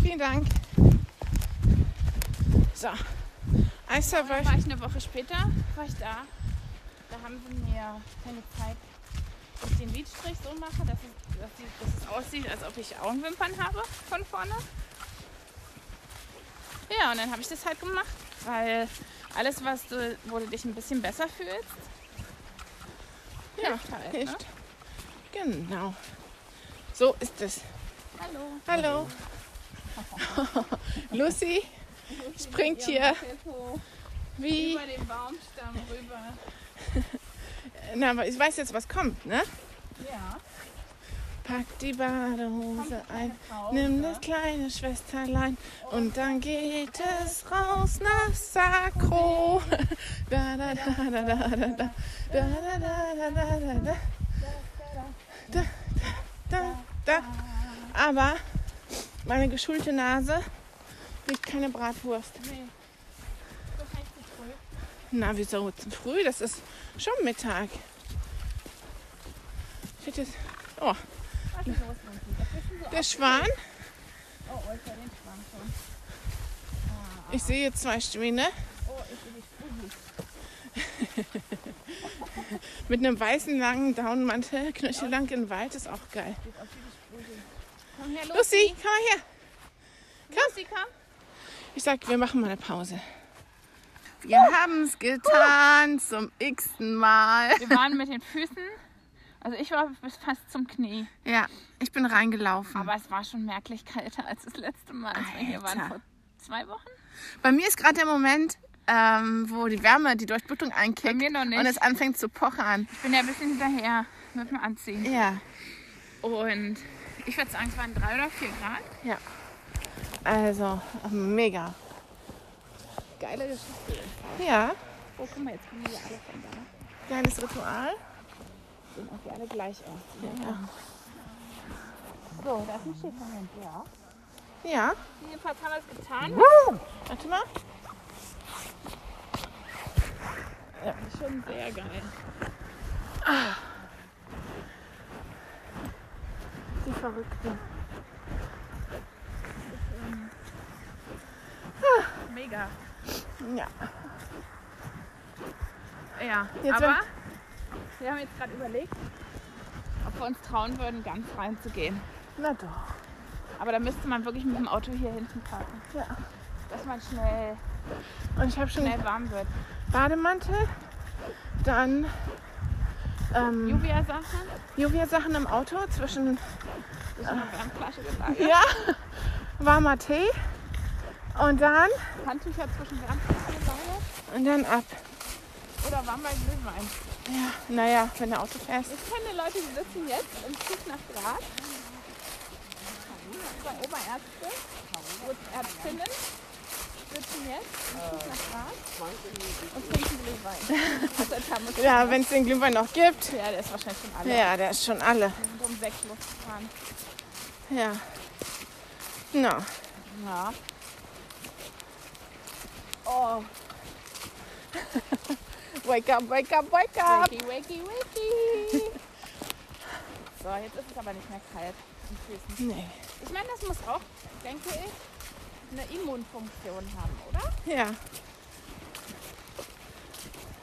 Vielen Dank. So. Eisserwolf. Dann war ich eine Woche später, war ich da. Da haben sie mir dann gezeigt, dass ich den Lidstrich so mache, dass es, dass, die, dass es aussieht, als ob ich Augenwimpern habe von vorne. Ja, und dann habe ich das halt gemacht, weil alles, was du, wo du dich ein bisschen besser fühlst, Ja, hilft halt. Ne? hilft. Genau. So ist es. Hallo. Hallo. Lucy springt hier wie. Über den Baumstamm rüber. Na, aber ich weiß jetzt, was kommt, ne? Ja. Pack die Badehose Kommt eine ein, Frau, nimm ne? das kleine Schwesterlein und dann geht es raus nach Sakro. Da da da da da da da da da da da da da da da da da. Aber meine geschulte Nase riecht keine Bratwurst. Nee. So kann ich nicht drüben. Na, wieso zu früh? Das ist schon Mittag. Ich hätte jetzt- Oh, Was ist los, Nancy? Das ist schon so der Schwan. Oh, oh, ich war den Schwamm schon. Ich sehe jetzt ne? zwei Schwäne Oh, ich bin nicht gruselig. mit einem weißen langen Daunenmantel, knöchellang in den Wald, ist auch geil. Komm her, Lucy, Lucy. komm mal her. Komm. Lucy, komm. Ich sag, wir machen mal eine Pause. Wir haben es getan zum x-ten Mal. Wir waren mit den Füßen, also ich war bis fast zum Knie. Ja, ich bin reingelaufen. Aber es war schon merklich kalter als das letzte Mal, als wir hier waren Alter. vor zwei Wochen. Bei mir ist gerade der Moment, ähm, wo die Wärme, die Durchblutung Bei einkickt mir noch nicht. und es anfängt zu pochern. Ich bin ja ein bisschen hinterher mit dem Anziehen. Ja. Und ich würde sagen, es waren drei oder vier Grad. Ja. Also, mega. Geile Geschichte. Ja, Oh, guck mal, jetzt kommen die alle von da. geiles Ritual. Sehen auch die alle gleich aus. So, da ist ein Schäferhund, ja. Ja, Jedenfalls haben wir es getan. warte mal. Schon sehr geil. Die Verrückten. Mega. Ja. Ja, Jetzt aber wird- wir haben jetzt gerade überlegt, ob wir uns trauen würden, ganz reinzugehen. Na doch. Aber da müsste man wirklich mit dem Auto hier hinten parken, Ja. dass man schnell, Und ich habe schon schnell warm wird. Bademantel, dann ähm, Juvia-Sachen, Juvia-Sachen im Auto zwischen ich habe eine Wärmflasche gesagt. ja, warmer Tee und dann Handtücher zwischen Wärmflaschen gesagt. und dann ab. oder warm bei Glühwein. Naja, wenn der Auto fährst. Ich kenne Leute, die sitzen jetzt im Zug nach Graz. Zwei Oberärzte und Ärztinnen sitzen jetzt im Zug nach Graz und trinken Also, Glühwein. Und seit Hamburg- Ja, wenn es den Glühwein noch gibt. Ja, der ist wahrscheinlich schon alle. Ja, der ist schon alle. Wir sind um sechs losgefahren. Ja. Na, Ja. Oh, wake up, wake up, wake up. wakey, wakey, wakey. so, jetzt ist es aber nicht mehr kalt im Füßen. Nee. Ich meine, das muss auch, denke ich, eine Immunfunktion haben, oder? Ja,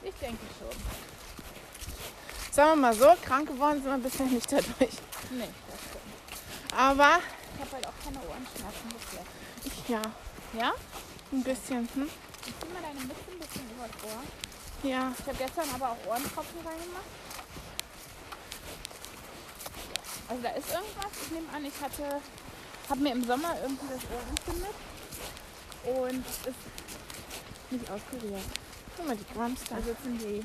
Ich denke schon. sagen wir mal so, krank geworden sind wir bisher nicht dadurch. Nee. Aber Ich habe halt auch keine Ohrenschmerzen bis jetzt. ja, Ja? ein bisschen. Hm? Ich zieh mal deine Mütze ein bisschen über das Ohr. Ja, Ich habe gestern aber auch Ohrentropfen reingemacht. Also da ist irgendwas. Ich nehme an, ich hatte, habe mir im Sommer irgendwie das Ohr entzündet und es ist nicht auskuriert. guck mal, die Grumps da. Da sitzen die,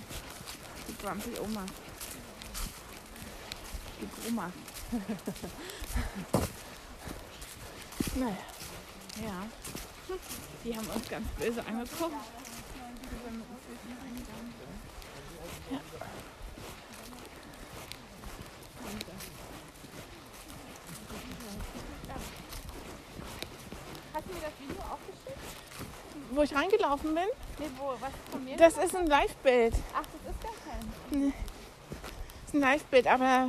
die Grumpy Oma. Die Groma. Naja. Ja. Die haben uns ganz böse angeguckt. Hast du mir das Video aufgeschickt? Wo ich reingelaufen bin, Nee, wo? Was von mir? das ist ein Live-Bild. Ach, das ist gar kein. Das ist ein Live-Bild, aber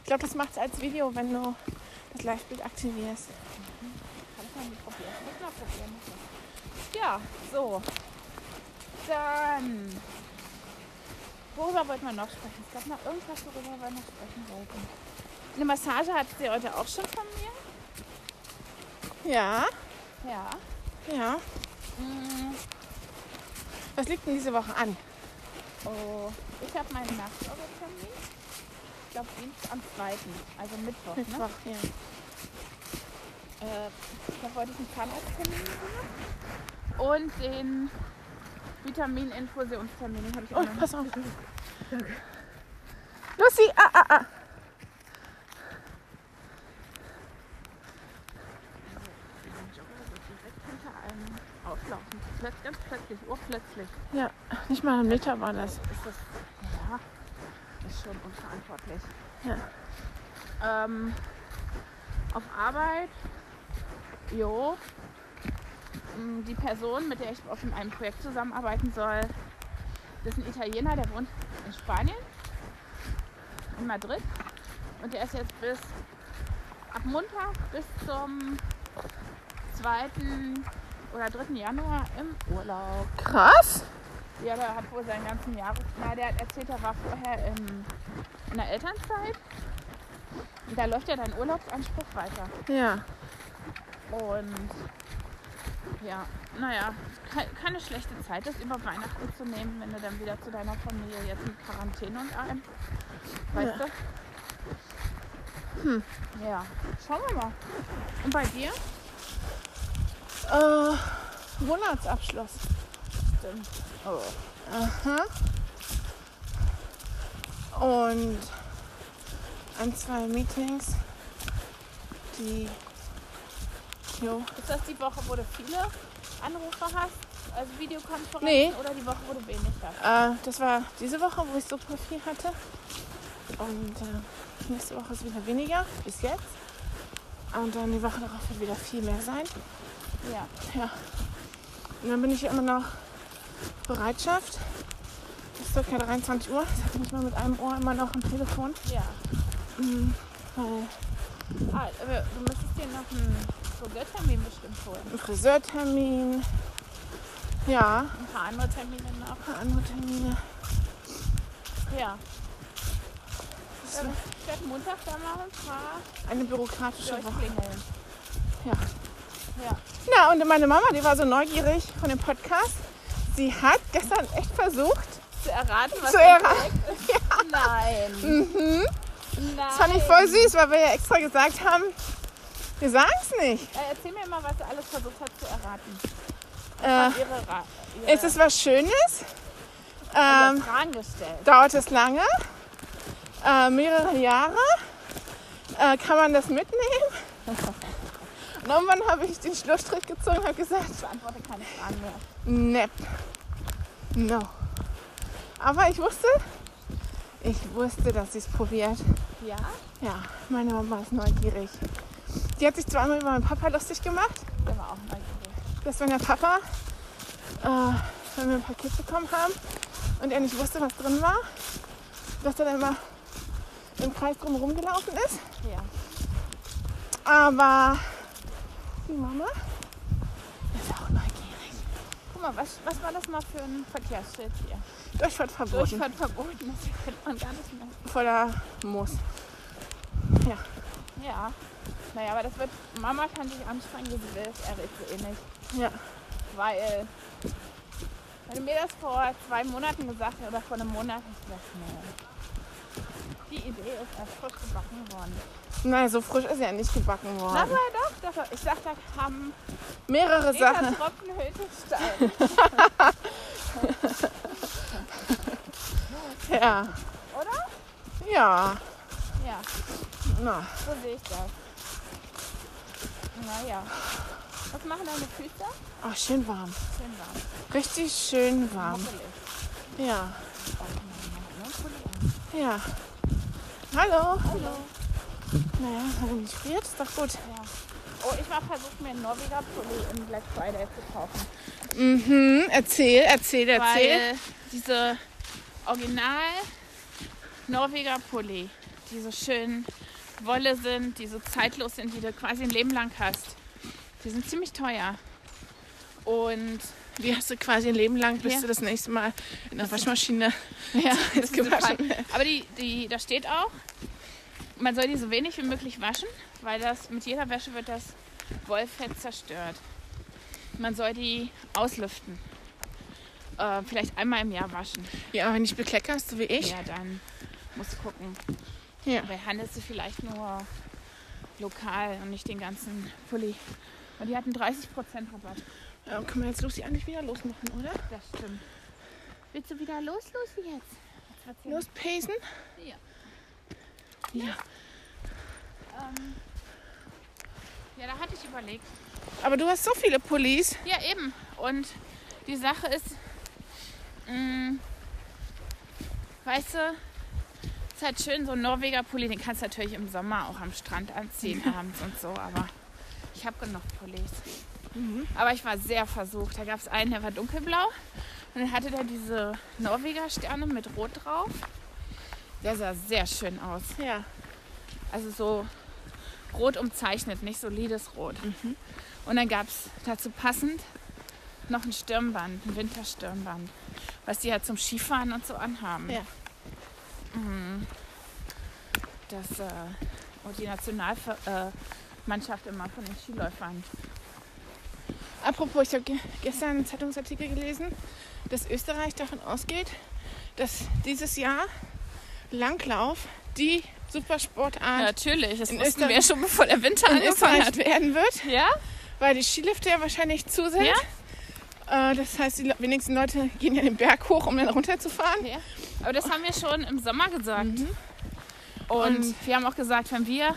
ich glaube, das macht es als Video, wenn du das Live-Bild aktivierst. Kann ich mal nicht probieren. Muss mal probieren. muss mal. Ja, so. Dann. Worüber wollten wir noch sprechen? Es gab noch irgendwas, worüber wir noch sprechen wollten. Eine Massage hattet ihr heute auch schon von mir? Ja, Ja. ja. Mm, Was liegt denn diese Woche an? Oh, ich habe meinen Nachsorgetermin. Ich glaube, Dienst am 2. Also Mittwoch. Ne? Mittwoch, ja. Äh, da wollte ich einen Zahnarzttermin machen. Und den Vitamininfusionstermin den habe ich auch Oh, noch pass auf. Lucy, ah, ah, ah. hinter einem auslaufen. Plötzlich, ganz plötzlich, urplötzlich. Nicht mal ein Meter war das. Ist das, ja, ist schon unverantwortlich. Ähm, auf Arbeit, jo. m, Die Person, mit der ich auf einem Projekt zusammenarbeiten soll, das ist ein Italiener, der wohnt in Spanien, in Madrid. Und der ist jetzt bis ab Montag bis zum 2. oder 3. Januar im Urlaub. Krass. Ja, der hat wohl seinen ganzen Jahres. Na, der hat erzählt, er war vorher in, in der Elternzeit. Und da läuft ja dein Urlaubsanspruch weiter. Ja. Und ja, naja, ke- keine schlechte Zeit, das über Weihnachten zu nehmen, wenn du dann wieder zu deiner Familie jetzt in Quarantäne und allem. Weißt Ja. du? Hm. Ja, schauen wir mal. Und bei dir? Äh, Monatsabschluss. Stimmt. Aha. Und ein, zwei Meetings, die. Jo. Ist das die Woche, wo du viele Anrufe hast? Also Videokonferenzen Nee. oder die Woche, wo du wenig hast? Äh, das war diese Woche, wo ich super viel hatte. Und äh, nächste Woche ist wieder weniger, bis jetzt. Und dann die Woche darauf wird wieder viel mehr sein. Ja. Und dann bin ich immer noch Bereitschaft. Es ist circa 23 Uhr. Jetzt bin ich mal mit einem Ohr immer noch am Telefon. Ja. Mhm. Weil Ah, aber du müsstest dir noch einen Friseurtermin bestimmt holen. ein Friseurtermin. Ja, Ein paar andere Termine noch. ein paar andere Termine. Ja. Das Dann war ich werde Montag dann mal ein paar eine bürokratische Woche. durchklingeln. Ja. Ja. Na, und meine Mama, die war so neugierig von dem Podcast. Sie hat gestern echt versucht Zu erraten, was zu dein erraten. Mhm. Projekt ist? Nein. Nein. Das fand ich voll süß, weil wir ja extra gesagt haben, wir sagen es nicht. Äh, erzähl mir mal, was du alles versucht hast zu erraten. Äh, Ihre, Ra ihre ist es was Schönes? Ähm, ihre Fragen gestellt. dauert es lange, äh, mehrere Jahre. Äh, kann man das mitnehmen? Und irgendwann habe ich den Schlussstrich gezogen und habe gesagt, Ich beantworte keine Fragen mehr. nep, no. Aber ich wusste, ich wusste, dass sie es probiert. Ja? Ja, meine Mama ist neugierig. Die hat sich zweimal über meinen Papa lustig gemacht, Der war auch neugierig. dass wenn der Papa, äh, wenn wir ein Paket bekommen haben und er nicht wusste, was drin war, dass er dann immer im Kreis drum rumgelaufen ist. Ja. Aber die Mama ist auch neugierig. Guck mal, was, was war das mal für ein Verkehrsschild hier? Durchfahrt verboten. Durchfahrt verboten, das erkennt man gar nicht mehr. Voller Moos. Ja. Naja, aber das wird. Mama kann sich anstrengen, wie sie will. Das erregt sie eh nicht. Ja. Weil. Wenn du mir das vor zwei Monaten gesagt hättest oder vor einem Monat, hätte ich gesagt, nee. Die Idee ist erst frisch gebacken worden. Nein, so frisch ist ja nicht gebacken Na, worden. aber doch, das war, ich sag, da kam Mehrere Peter Sachen. Tropfen Hülsenstein. Ja. Oder? Ja. Ja, Na. so sehe ich das. Naja. Was machen deine Füße? Ach, schön warm. Schön warm. Richtig schön warm. Muckelig. Ja. Ja. Hallo. Hallo. Naja, also nicht friert, ist doch gut. Oh, ich war versucht, mir einen Norweger Pulli im Black Friday zu kaufen. Mhm, erzähl, erzähl, erzähl. Weil diese original Norweger Pulli, die so schön Wolle sind, die so zeitlos sind, die du quasi ein Leben lang hast, die sind ziemlich teuer. Und Die hast du quasi ein Leben lang, bis Ja. du das nächste Mal in der Waschmaschine ja, das ist gewaschen super. Aber die, die, da steht auch, man soll die so wenig wie möglich waschen, weil das mit jeder Wäsche wird das Wollfett zerstört. Man soll die auslüften. Äh, vielleicht einmal im Jahr waschen. Ja, wenn ich bekleckerst, so wie ich. Ja, dann musst du gucken. Ja. Weil handelst du vielleicht nur lokal und nicht den ganzen Pulli. Und die hatten 30% Rabatt. Ähm, können wir jetzt Lucy eigentlich wieder losmachen, oder? Das stimmt. Willst du wieder los, Lucy, jetzt? Jetzt wird's ja- Lospacen? Ja. Ja. Ähm, ja, da hatte ich überlegt. Aber du hast so viele Pullis. Ja, eben. Und die Sache ist, mh, weißt du, ist halt schön, so ein Norweger Pulli, den kannst du natürlich im Sommer auch am Strand anziehen, abends und so, aber ich habe genug Pullis. Aber ich war sehr versucht. Da gab es einen, der war dunkelblau und dann hatte der diese Norweger Sterne mit Rot drauf. Der sah sehr schön aus. Ja. Also so rot umzeichnet, nicht solides Rot. Mhm. Und dann gab es dazu passend noch ein Stirnband, ein Winterstirnband, was die halt zum Skifahren und so anhaben. Ja. Mhm. Das äh, und die Nationalmannschaft äh, Mannschaft immer von den Skiläufern. Apropos, ich habe ge gestern einen Zeitungsartikel gelesen, dass Österreich davon ausgeht, dass dieses Jahr Langlauf die Supersportart natürlich, das Ah. In wussten wir Österreich- schon, bevor der Winter in angefangen Österreich hat. werden wird, Ja? weil die Skilifte ja wahrscheinlich zu sind. Äh, das heißt, die Le- wenigsten Leute gehen ja den Berg hoch, um dann runterzufahren. Ja. Aber das haben wir schon im Sommer gesagt. Mhm. Und, Und- wir haben auch gesagt, wenn wir,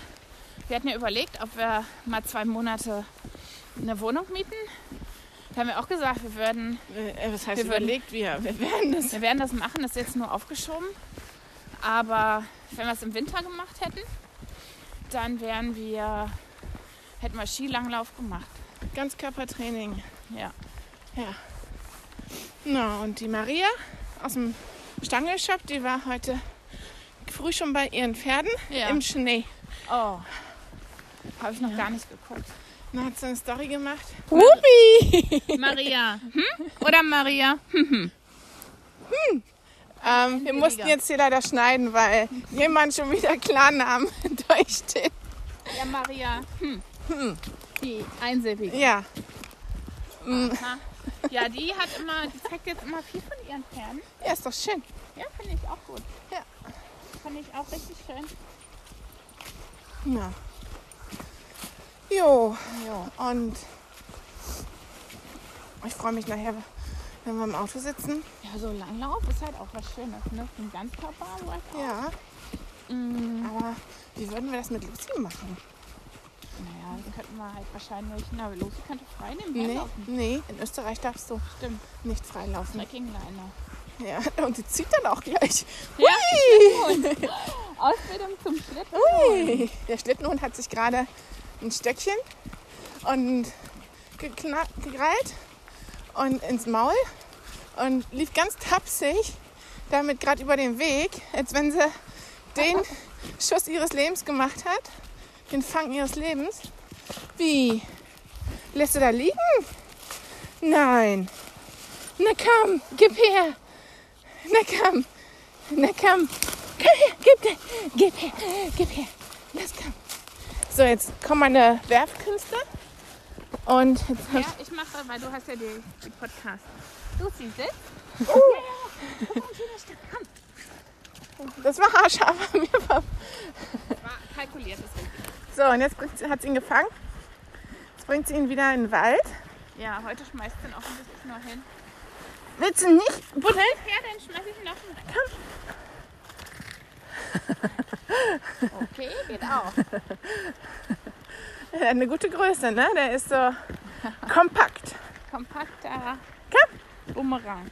wir hatten ja überlegt, ob wir mal zwei Monate eine Wohnung mieten. Da haben wir auch gesagt, wir würden, Äh, was heißt Wir würden- überlegt? Wir, wir werden das. wir werden das machen, das ist jetzt nur aufgeschoben. Aber wenn wir es im Winter gemacht hätten, dann wären wir, hätten wir Skilanglauf gemacht. Ganzkörpertraining. Ja. Na, und die Maria aus dem Stangelshop, die war heute früh schon bei ihren Pferden ja. im Schnee. oh. Habe ich noch gar nicht geguckt. Dann hat sie eine Story gemacht. Maria. Hm? Oder Maria? Ähm, wir mussten jetzt hier leider schneiden, weil jemand schon wieder Klarnamen durchsteht. Ja, Maria. Hm. Die einsilbige. Ja, Aha. Ja, die hat immer, die zeigt jetzt immer viel von ihren Pferden. ja, ist doch schön. Ja, finde ich auch gut. Ja. Finde ich auch richtig schön. Na. Jo, und ich freue mich nachher, wenn wir im Auto sitzen. Ja, so Langlauf ist halt auch was Schönes, ne? Ein Ganzkörper. Ja, Mhm. aber wie würden wir das mit Lucy machen? Naja, das könnten wir halt wahrscheinlich, na, Lucy könnte frei nehmen, Nee, laufen. nee, in Österreich darfst du Stimmt, nicht freilaufen. Trekkingleine. Ja, und die zieht dann auch gleich. Ja, Hui! Ausbildung zum Schlitten. Hui! Der Schlittenhund hat sich gerade ein Stöckchen und gekna- gekrallt und ins Maul und lief ganz tapsig damit gerade über den Weg, als wenn sie den Schuss ihres Lebens gemacht hat, den Fang ihres Lebens. Wie? Lässt du da liegen? Nein. Na komm, gib her. Na komm. Na komm. Komm her, gib her. Gib her. Gib her. Lass komm. So, jetzt kommen meine Werfkünste. Und jetzt hab Ja, ich mache, weil du hast ja die, die Podcast. Du siehst es. ich- das war haarscharf an mir vorbei. War kalkuliert ist richtig. So, und jetzt bringt sie- hat sie ihn gefangen. Jetzt bringt sie ihn wieder in den Wald. Ja, heute schmeißt du ihn offensichtlich noch hin. Willst du ihn nicht buddeln? Ja, dann schmeiß ich ihn noch hin. Okay, geht auch. Er hat eine gute Größe, ne? Der ist so kompakt. Kompakter Komm. Bumerang.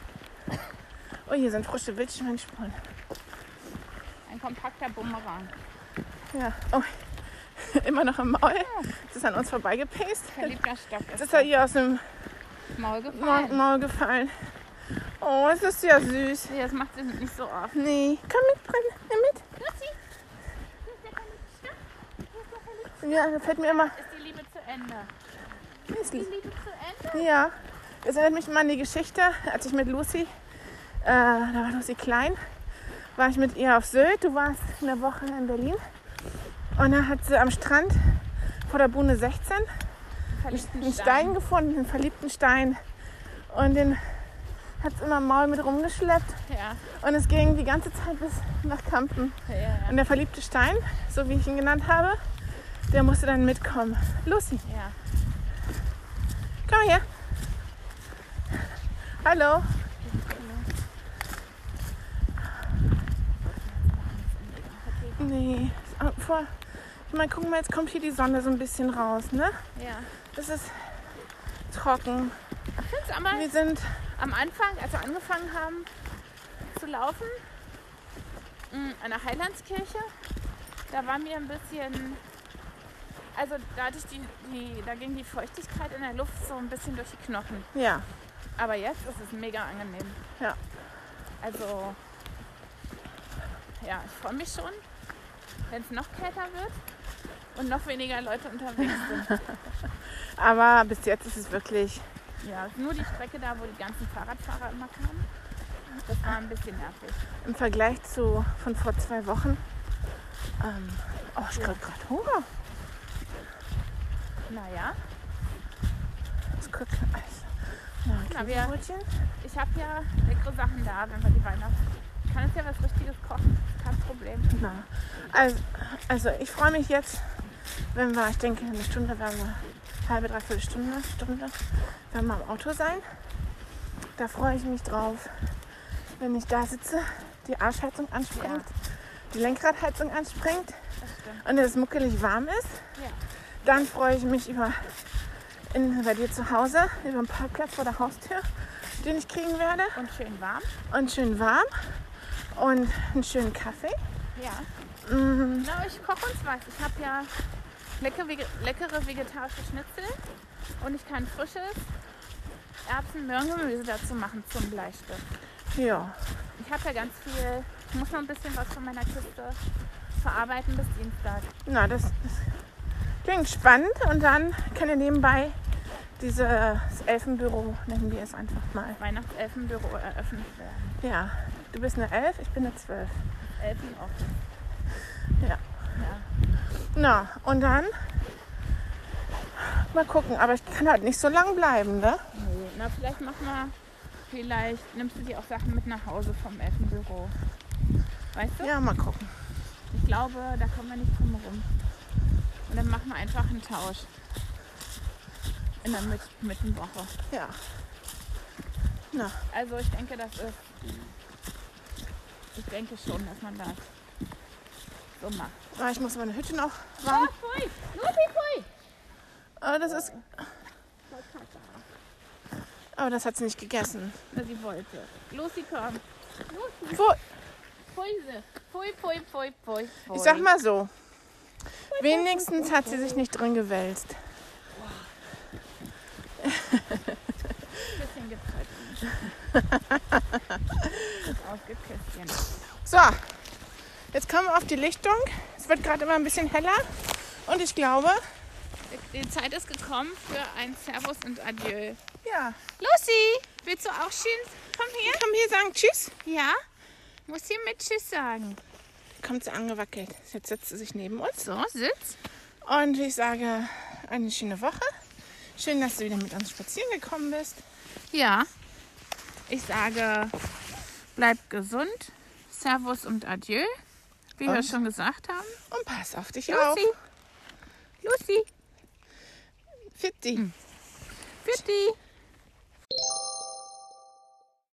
Oh, hier sind frische Wildschweinspuren. Ein kompakter Bumerang. Ja. Oh, immer noch im Maul. Das ist an uns vorbeigepaced. Verliebter Stock Jetzt ist ist er ihr aus dem ins Maul Ma- gefallen. Maul gefallen. Oh, es ist ja süß. Nee, das macht sie nicht so oft. Nee, komm mit, Brenn, nimm mit. Ja, da fällt mir immer. Ist die Liebe zu Ende? Leslie. Liebe zu Ende? Ja, das erinnert mich immer an die Geschichte, als ich mit Lucy, äh, da war Lucy klein, war ich mit ihr auf Sylt. Du warst eine Woche in Berlin. Und da hat sie am Strand vor der Buhne 16 Verliebten einen Stein gefunden, einen verliebten Stein. Und den hat sie immer im Maul mit rumgeschleppt. Ja. Und es ging die ganze Zeit bis nach Kampen. Ja, ja, Und der verliebte Stein, so wie ich ihn genannt habe, der musste dann mitkommen. Lucy, ja. komm her. Hallo. Nee, ist auch vor. Ich meine, guck mal, jetzt kommt hier die Sonne so ein bisschen raus, ne? ja. Es ist trocken. Ich finde es aber Wir sind am Anfang, als wir angefangen haben zu laufen, mh, an der Heilandskirche, da war mir ein bisschen, also dadurch, die, die, da ging die Feuchtigkeit in der Luft so ein bisschen durch die Knochen. ja, Aber jetzt ist es mega angenehm. Ja. Also, ja, ich freue mich schon, wenn es noch kälter wird und noch weniger Leute unterwegs sind. aber bis jetzt ist es wirklich. ja, nur die Strecke da, wo die ganzen Fahrradfahrer immer kamen, das war ein bisschen nervig. im Vergleich zu von vor zwei Wochen. Ähm, oh, ich krieg gerade Hunger. Naja, Ich krieg, also, ja, Na, wir- Käsebrötchen. ich habe ja leckere Sachen da, wenn wir die Weihnachten. Ich kann jetzt ja was Richtiges kochen, kein Problem. Na, also, also ich freue mich jetzt, wenn wir, ich denke, eine Stunde werden wir, halbe, dreiviertel Stunde, Stunde werden wir am Auto sein. Da freue ich mich drauf, wenn ich da sitze, die Arschheizung anspringt, die Lenkradheizung anspringt Das stimmt. und es muckelig warm ist. Ja. Dann freue ich mich über in, bei dir zu Hause, über einen Parkplatz vor der Haustür, den ich kriegen werde. Und schön warm. Und schön warm und einen schönen Kaffee. Ja. Mhm. Na, ich koche uns was. Ich habe ja lecker, vege- leckere vegetarische Schnitzel und ich kann frisches Erbsen, Möhren, Gemüse dazu machen zum Bleistift. Ja, Ich habe ja ganz viel, ich muss noch ein bisschen was von meiner Kiste verarbeiten bis Dienstag. na, das, das klingt spannend. Und dann kann ihr nebenbei dieses Elfenbüro, nennen wir es einfach mal. Weihnachtselfenbüro eröffnet werden. Ja, du bist eine Elf, ich bin eine Zwölf. Elfen auch. Na, und dann mal gucken. Aber ich kann halt nicht so lang bleiben, ne? Nee, na vielleicht machen wir, vielleicht nimmst du dir auch Sachen mit nach Hause vom Elfenbüro. Weißt du? Ja, mal gucken. Ich glaube, da kommen wir nicht drum herum. Und dann machen wir einfach einen Tausch. In der Mit Mittenwoche. Ja. Also ich denke, das ist. Ich denke schon, dass man das so macht. Ah, ich muss meine Hütte noch warm. pfui! Lucy, pfui! Aber das ist. Aber das hat sie nicht gegessen. Na, sie wollte. Lucy, komm. Lucy, Wo, Pfui, pfui, pfui, pfui, pfui. ich sag mal so. Wenigstens hat sie sich nicht drin gewälzt. Ein bisschen gibt's heute nicht. Ausgekästchen. So, jetzt kommen wir auf die Lichtung. Es wird gerade immer ein bisschen heller. Und ich glaube, Die Zeit ist gekommen für ein Servus und Adieu. Ja. Lucy, willst du auch Tschüss? Komm hier. Komm hier sagen Tschüss. Ja. Muss hier mit Tschüss sagen. Kommt sie angewackelt. Jetzt setzt sie sich neben uns. So, sitz. Und ich sage, eine schöne Woche. Schön, dass du wieder mit uns spazieren gekommen bist. Ja. Ich sage, bleib gesund. Servus und Adieu. Wie wir Und? schon gesagt haben. Und pass auf dich auf. Lucy. Lucy. Fitti. Bitte.